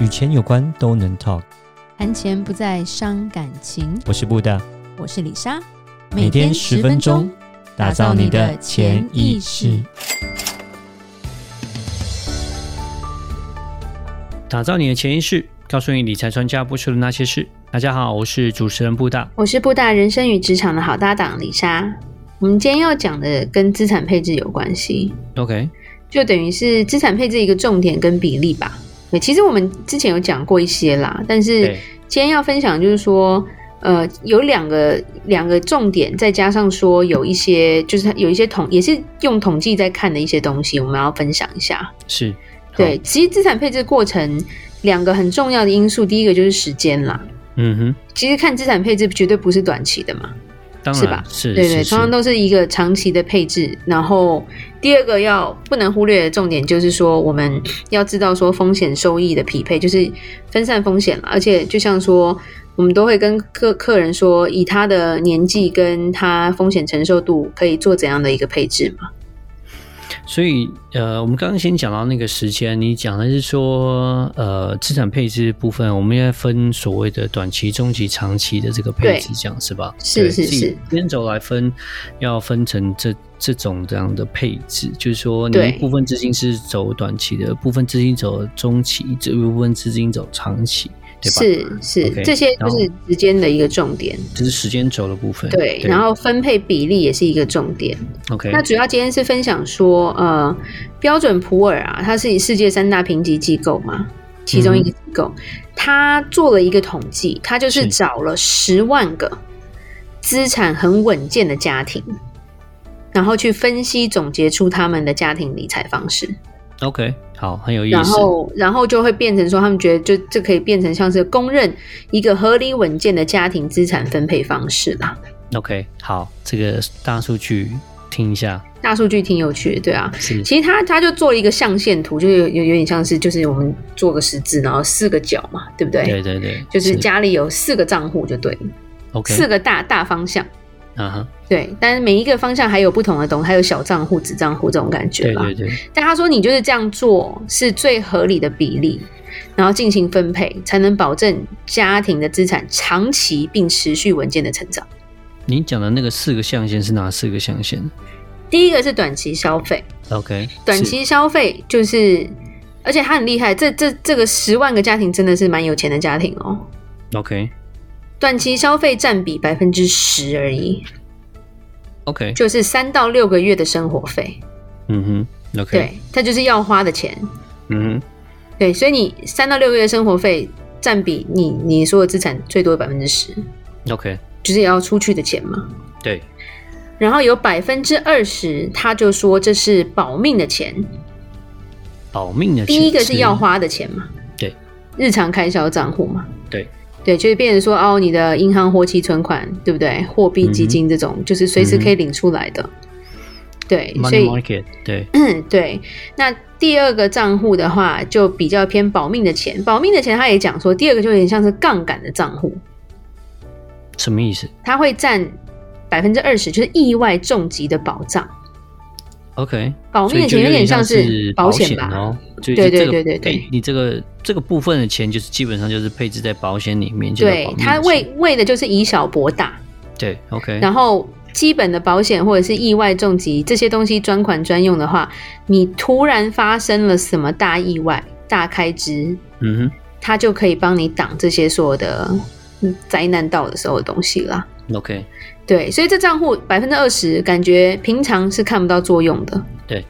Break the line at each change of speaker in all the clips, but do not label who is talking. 与钱有关都能 talk。
谈钱不再伤感情。
我是布大，
我是李莎，
每天十分钟，打造你的潜意识。，打造你的潜意识，告诉你理财专家不说的那些事。大家好，我是主持人布大。
我是布大人生与职场的好搭档李莎。我们今天要讲的跟资产配置有关系，
OK，
就等于是资产配置一个重点跟比例吧。对，其实我们之前有讲过一些啦，但是
对
今天要分享就是说，呃，有两个两个重点，再加上说有一些就是有一些统也是用统计在看的一些东西，我们要分享一下。
是，好
对，，其实资产配置过程两个很重要的因素，第一个就是时间啦。
嗯
其实看资产配置绝对不是短期的嘛，
哼，当
是吧
然是，
对
是
对，
是
通常都是一个长期的配置。然后第二个要不能忽略的重点就是说，我们要知道说风险收益的匹配，就是分散风险啦。而且就像说，我们都会跟客客人说，以他的年纪跟他风险承受度，可以做怎样的一个配置嘛？
所以呃，我们刚刚先讲到那个时间，你讲的是说呃资产配置部分，我们要分所谓的短期、中期、长期的这个配置，这样是吧？
是
对
是
自己
是
边走来分，要分成这这种这样的配置，就是说你
对
一部分资金是走短期的，部分资金走中期，这部分资金走长期，对吧？
是是
OK，
这些就
然后
是时间的一个重点。
这是时间轴的部分。
对，然后分配比例也是一个重点。
OK，
那主要今天是分享说，呃，标准普尔啊，它是世界三大评级机构嘛，其中一个机构，它做了一个统计，它嗯就是
是
找了十万个资产很稳健的家庭，然后去分析总结出他们的家庭理财方式，
OK，好，很有意思。
然后然后就会变成说，他们觉得就这可以变成像是公认一个合理稳健的家庭资产分配方式啦。
OK，好，这个大数据听一下，
大数据挺有趣的，对啊。
是
其实他他就做了一个象限图，就有有有点像是就是我们做个十字，然后四个角嘛，对不对？
对对对，
就是家里有四个账户就对了，
OK，
四个大大方向。
啊哈，
对，但是每一个方向还有不同的东西，还有小账户、子账户这种感觉
对
吧。
对对，
但他说你就是这样做是最合理的比例，然后进行分配，才能保证家庭的资产长期并持续稳健的成长。
你讲的那个四个象限是哪四个象限
第一个是短期消费，
？OK，
短
是
期消费就是，而且他很厉害，这这这个十万个家庭真的是蛮有钱的家庭哦。
OK
短期消费占比百分之十而已，
OK，
就是三到六个月的生活费，
嗯哼，OK，
对，它就是要花的钱，
嗯哼，
对，所以你三到六个月的生活费占比你你所有资产最多百分之十，
OK，
就是也要出去的钱嘛。
对，
然后有百分之二十，他就说这是保命的钱，
保命的
第一个
钱
是要，花的钱嘛，
对，
日常开销账户嘛，
对
对，就是变成说哦，你的银行活期存款，对不对？货币基金这
嗯
种，就是随时可以领出来的。对，所
money
以
market，对，
嗯 对，那第二个账户的话，就比较偏保命的钱。保命的钱，他也讲说，第二个就有点像是杠杆的账户，
什么意思
它会占百分之二十，就是意外重疾的保障。
？OK，
保
所
命
以
的
就
钱有点像
像
是
保
保险吧？
哦，对
对对对对对
你这个这个部分的钱就是基本上就是配置在保险里面，就
对，
他
它为为的就是以小博大。
对 OK，
然后基本的保险或者是意外重疾这些东西专款专用的话，你突然发生了什么大意外、大开支，
嗯
它就可以帮你挡这些所有的嗯灾难到的时候的东西啦。
哼，OK，
对，所以这账户百分之二十，感觉平常是看不到作用的。
对，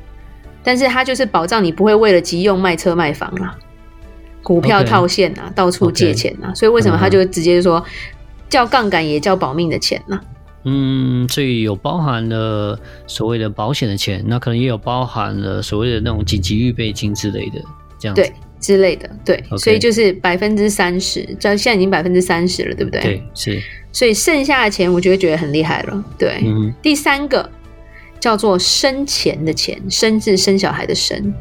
但是它就是保障你不会为了急用卖车卖房啦，股票
OK
套现啊到处借
OK
钱啊。所以为什么
嗯
他
哼
就直接说叫杠杆也叫保命的钱啊呢、
嗯，所以有包含了所谓的保险的钱，那可能也有包含了所谓的那种紧急预备金之类的，这样子。
对之类的，对
OK
所以就是百分之三十，这现在已经百分之三十了，对不对？，
对是，
所以剩下的钱我就会觉得很厉害了。对，
嗯
第三个
嗯
叫做生钱的钱，生是生小孩的生，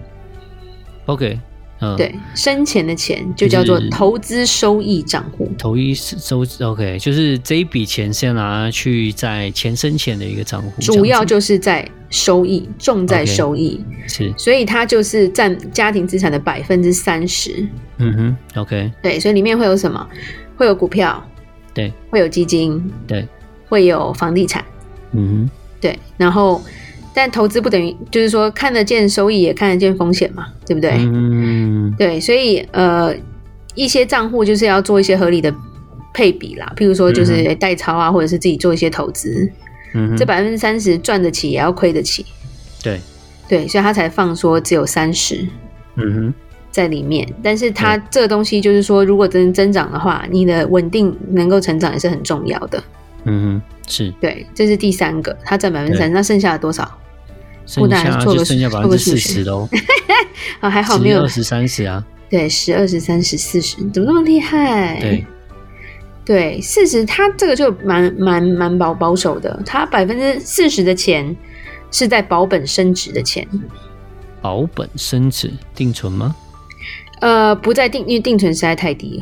，OK，嗯，
对，生前的钱就叫做
就是
投资收益账户。
头一收 OK，就是这一笔钱是要拿去在钱生前的一个账户，
主
这
要
样
就是在收益，重在
OK
收益
子是
所以它就是占家庭资产的百分之三十。
嗯哼 OK
对，所以里面会有什么？会有股票，
对，
会有基金，
对，
会有房地产，
嗯
对。然后，但投资不等于就是说看得见收益，也看得见风险嘛，对不对？
哼嗯
对，所以呃，一些账户就是要做一些合理的配比啦，譬如说就
嗯
是代操啊，或者是自己做一些投资，
嗯哼
这百分之三十赚得起也要亏得起，
对
对，所以他才放说只有三十
嗯哼
在里面。但是它
对
这个东西就是说，如果真增长的话，你的稳定能够成长也是很重要的。
嗯哼是
对，这是第三个，它占百分之
对
三，那剩下的多少？
剩
大
下
人做
就
个
剩下百
做
分
个
之
数
四
学
十喽，
啊，还 好没
十
有
二十三十啊，
对十、二十、三十、四十，怎么那么厉害？
对，
对，四十，它这个就蛮蛮蛮保保守的，它百分之四十的钱是在保本升值的钱，
保本升值定存吗？
呃，不在定，因为定存实在太低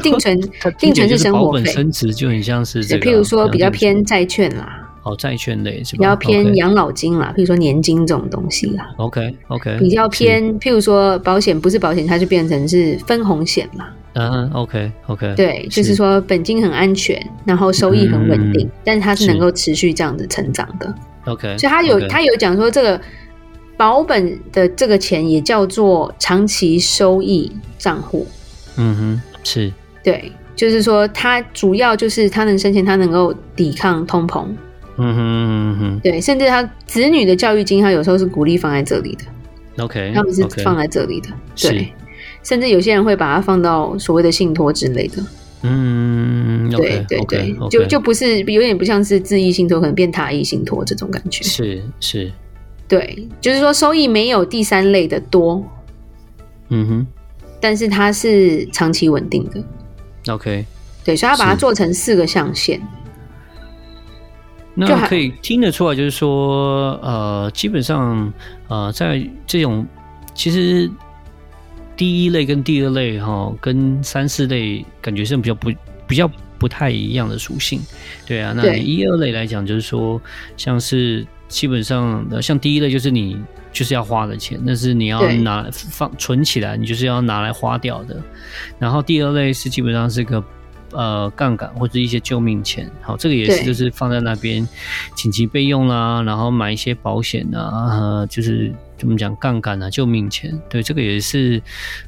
定存
它
定存
听起来就是
生
保
活
本
费，
升值就很像是这个啊，
譬如说比较
像定
偏债券啦，
存哦债券类是吧？
比较偏
OK
养老金啦，譬如说年金这种东西啦，
OK OK
比较偏譬如说保险不是保险，它就变成是分红险啦，
嗯 OK OK
对，就是说本金很安全，然后收益很稳定，
嗯
但是它是
是
能够持续这样子成长的。
OK，
所以他有
OK
他有讲说，这个保本的这个钱也叫做长期收益账户，
嗯哼是
对，就是说它主要就是它能生前它能够抵抗通膨，
嗯哼嗯哼
对，甚至他子女的教育金，他有时候是鼓励放在这里的，
OK
他们是
OK
放在这里的，
是
对。甚至有些人会把它放到所谓的信托之类的，
嗯
对
OK
对
OK
对，就
OK
就不是有点不像是自益信托，可能变他益信托这种感觉。
是是
对，就是说收益没有第三类的多，
嗯哼。
但是它是长期稳定的，
OK，
对，所以它把它
是
做成四个象限，就
那
还
可以听得出来，就是说，呃，基本上，呃，在这种其实第一类跟第二类哈，跟三四类感觉是比较不比较不太一样的属性，对啊。那
对
你一二类来讲，就是说，像是基本上，呃像第一类就是你就是要花的钱，但是你要
对
拿放存起来，你就是要拿来花掉的。然后第二类是基本上是个呃杠杆或者一些救命钱，好，这个也是
对
就是放在那边紧急备用啦，然后买一些保险啊，呃，就是怎么讲杠杆啊，救命钱，对，这个也是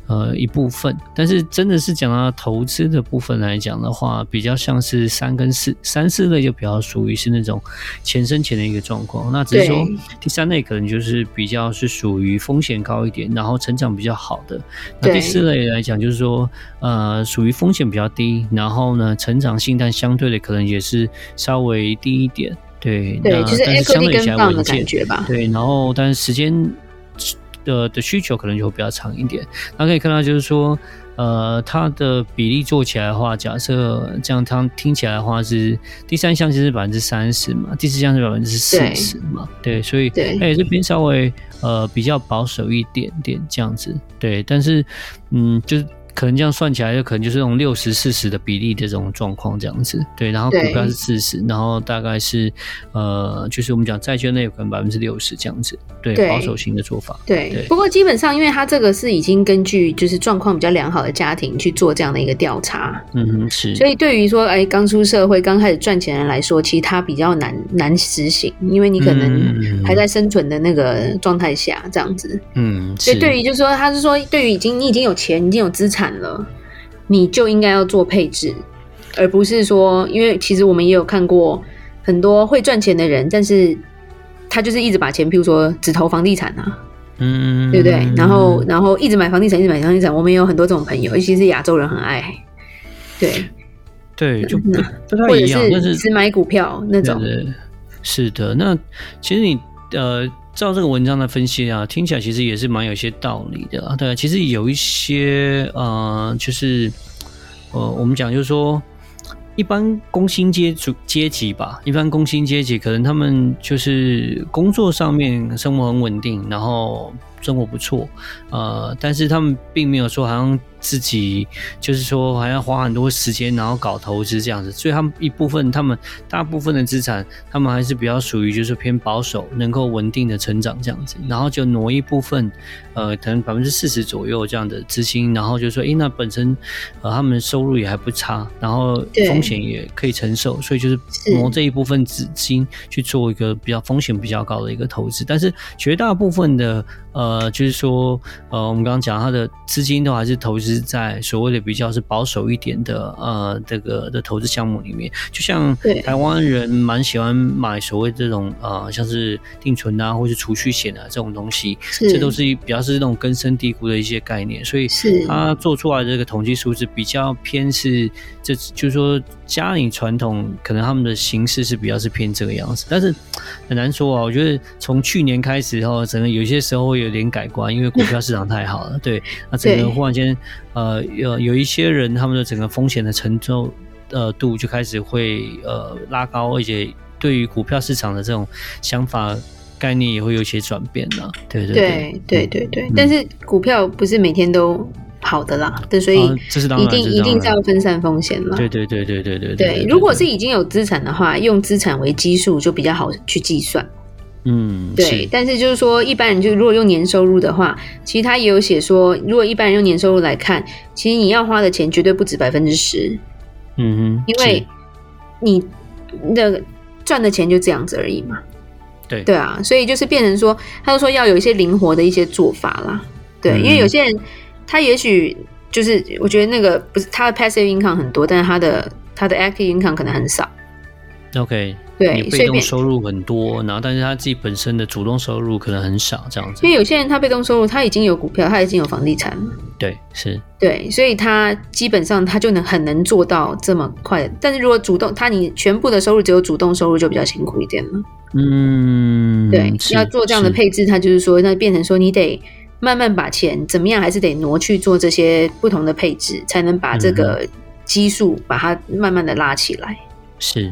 呃一部分。但是真的是讲到投资的部分来讲的话，比较像是三跟四三四类就比较属于是那种钱生钱的一个状况，那只是说
对
第三类可能就是比较是属于风险高一点，然后成长比较好的。那
对
第四类来讲，就是说，呃，属于风险比较低，然后呢，成长性但相对的可能也是稍微低一点。对，
对，
那
就是
但是相
equity
对
跟
起来
bond
稳
的感
健。
觉吧，
对，然后但是时间呃的的需求可能就会比较长一点。那可以看到就是说，呃，它的比例做起来的话，假设这样它听起来的话是第三项是百分之三十嘛，第四项是百分之四十嘛，对，所以
对
哎这边稍微呃比较保守一点点这样子，对，但是嗯就是。可能这样算起来，就可能就是那种六十四十的比例的这种状况这样子，对。然后股
对
票是四十，然后大概是呃，就是我们讲债券类可能百分之六十这样子，对，
对
保守型的做法，
对。
对
不过基本上，因为它这个是已经根据就是状况比较良好的家庭去做这样的一个调查，
嗯哼，是，
所以对于说哎刚出社会刚开始赚钱的人来说，其实它比较难难实行，因为你可能
嗯
还在生存的那个状态下这样子。
嗯，
所
是
以对于就是说，他是说对于已经你已经有钱，你已经有资产了，你就应该要做配置，而不是说，因为其实我们也有看过很多会赚钱的人，但是他就是一直把钱，譬如说只投房地产啊，
嗯，
对不对？然后然后一直买房地产，一直买房地产，我们也有很多这种朋友，尤其是亚洲人很爱，对，
对就不不
嗯或
太
者
一样，但
是
是
只买股票那种，
对对是的，那其实你呃，照这个文章的分析啊，听起来其实也是蛮有一些道理的啊。对啊，其实有一些呃，就是呃，我们讲就是说。一般工薪阶主阶级吧，一般工薪阶级可能他们就是工作上面生活很稳定，然后生活不错，呃，但是他们并没有说好像自己就是说好像花很多时间然后搞投资这样子，所以他们一部分他们大部分的资产，他们还是比较属于就是偏保守，能够稳定的成长这样子，然后就挪一部分，呃，可能百分之四十左右这样的资金，然后就说，诶，那本身呃他们收入也还不差，然后
对
风险也可以承受，所以就是
是
挪这一部分资金去做一个比较风险比较高的一个投资，但是绝大部分的呃，就是说呃，我们刚刚讲它的资金都还是投资在所谓的比较是保守一点的呃这个的投资项目里面，就像
对
台湾人蛮喜欢买所谓这种呃像是定存啊或是储蓄险啊这种东西，
是
这都是比较是那种根深蒂固的一些概念，所以
是
他做出来的这个统计数字比较偏是，这就是说家里传统可能他们的形式是比较是偏这个样子，但是很难说啊。我觉得从去年开始后，整个有些时候会有点改观，因为股票市场太好了，对，那整个
对
忽然间，呃，有有一些人他们的整个风险的承受呃度就开始会呃拉高，而且对于股票市场的这种想法概念也会有一些转变了、对对嗯
对对对对，但是股票不是每天都好的啦，对，所以
啊这是当然
一定
这是
一
当然
定是要分散风险啦。
对对对对对对
对，如果是已经有资产的话，用资产为基数就比较好去计算。
嗯
对，
是
但是就是说，一般人就如果用年收入的话，其实他也有写说，如果一般人用年收入来看，其实你要花的钱绝对不止百分之十，
嗯哼，
因为你的赚的钱就这样子而已嘛。
对
对啊，所以就是变成说，他就说要有一些灵活的一些做法啦。对，
嗯
因为有些人他也许就是我觉得那个不是他的 passive income 很多，但是他的他的 active income 可能很少。
是 OK，
对，
你
所以
被
变
动收入很多，然后但是他自己本身的主动收入可能很少，这样子
因为有些人他被动收入，他已经有股票，他已经有房地产了。
对是
对，所以他基本上他就能很能做到这么快。但是如果主动，他你全部的收入只有主动收入就比较辛苦一点了。
嗯
对，
是
要做这样的
是
配置，他就是说，那变成说你得慢慢把钱怎么样，还是得挪去做这些不同的配置，才能把这个基数把它慢慢的拉起来。
是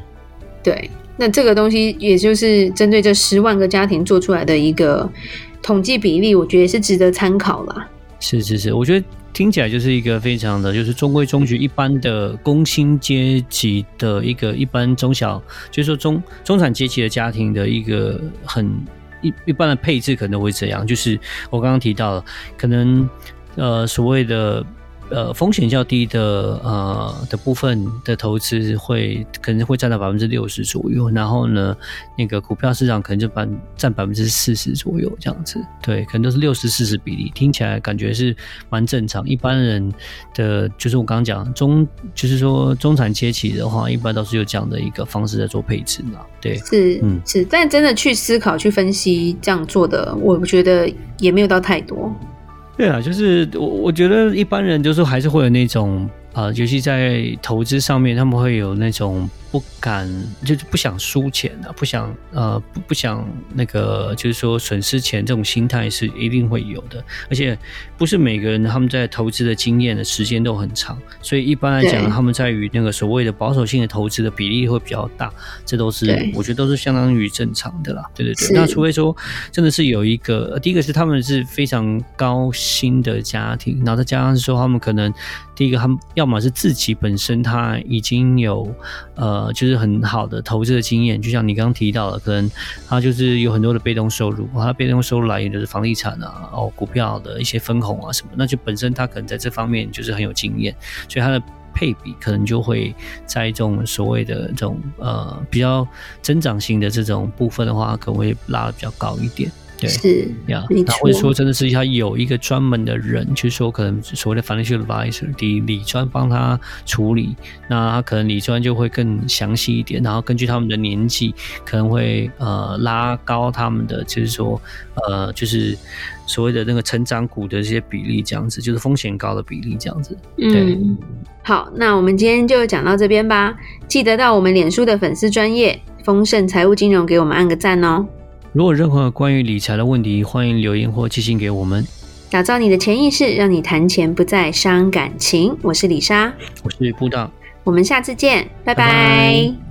对，那这个东西也就是针对这十万个家庭做出来的一个统计比例，我觉得也是值得参考啦。
是是是，我觉得听起来就是一个非常的，就是中规中矩一般的工薪阶级的一个一般中小，就是说中中产阶级的家庭的一个很一一般的配置可能会这样，就是我刚刚提到了，可能呃所谓的。呃，风险较低的呃的部分的投资会可能会占到百分之六十左右，然后呢，那个股票市场可能就占占百分之四十左右这样子，对，可能都是六十四十比例，听起来感觉是蛮正常。一般人的就是我刚刚讲中，就是说中产阶级的话，一般都是有这样的一个方式在做配置嘛，对，
是，
嗯
是，但真的去思考、去分析这样做的，我觉得也没有到太多。
对啊，就是我我觉得一般人就是还是会有那种呃，尤其在投资上面，他们会有那种不敢，就是不想输钱啊，不想呃不不想那个，就是说损失钱这种心态是一定会有的。而且不是每个人他们在投资的经验的时间都很长，所以一般来讲，
对
他们在于那个所谓的保守性的投资的比例会比较大，这都是
对
我觉得都是相当于正常的啦。对对
是
对，那除非说真的是有一个，呃第一个是他们是非常高薪的家庭，然后再加上说他们可能第一个他们要么是自己本身他已经有呃就是很好的投资的经验，就像你刚刚提到的，可能他就是有很多的被动收入，他被动收入来源就是房地产啊、哦股票的一些分红啊什么，那就本身他可能在这方面就是很有经验，所以他的。配比可能就会在这种所谓的这种呃比较增长型的这种部分的话，可能会拉的比较高一点。对，
是，
呀
没，
那或者
错
说真的是他有一个专门的人，就是说可能所谓的 financial advisor，理理专帮他处理，那他可能理专就会更详细一点，然后根据他们的年纪，可能会呃拉高他们的就是说呃就是所谓的那个成长股的这些比例，这样子就是风险高的比例这样子。对
嗯。好，那我们今天就讲到这边吧。记得到我们脸书的粉丝专业丰盛财务金融给我们按个赞哦。
如果有任何关于理财的问题，欢迎留言或寄信给我们。
打造你的潜意识，让你谈钱不再伤感情。我是李莎，
我是布大，
我们下次见，拜
拜
拜
拜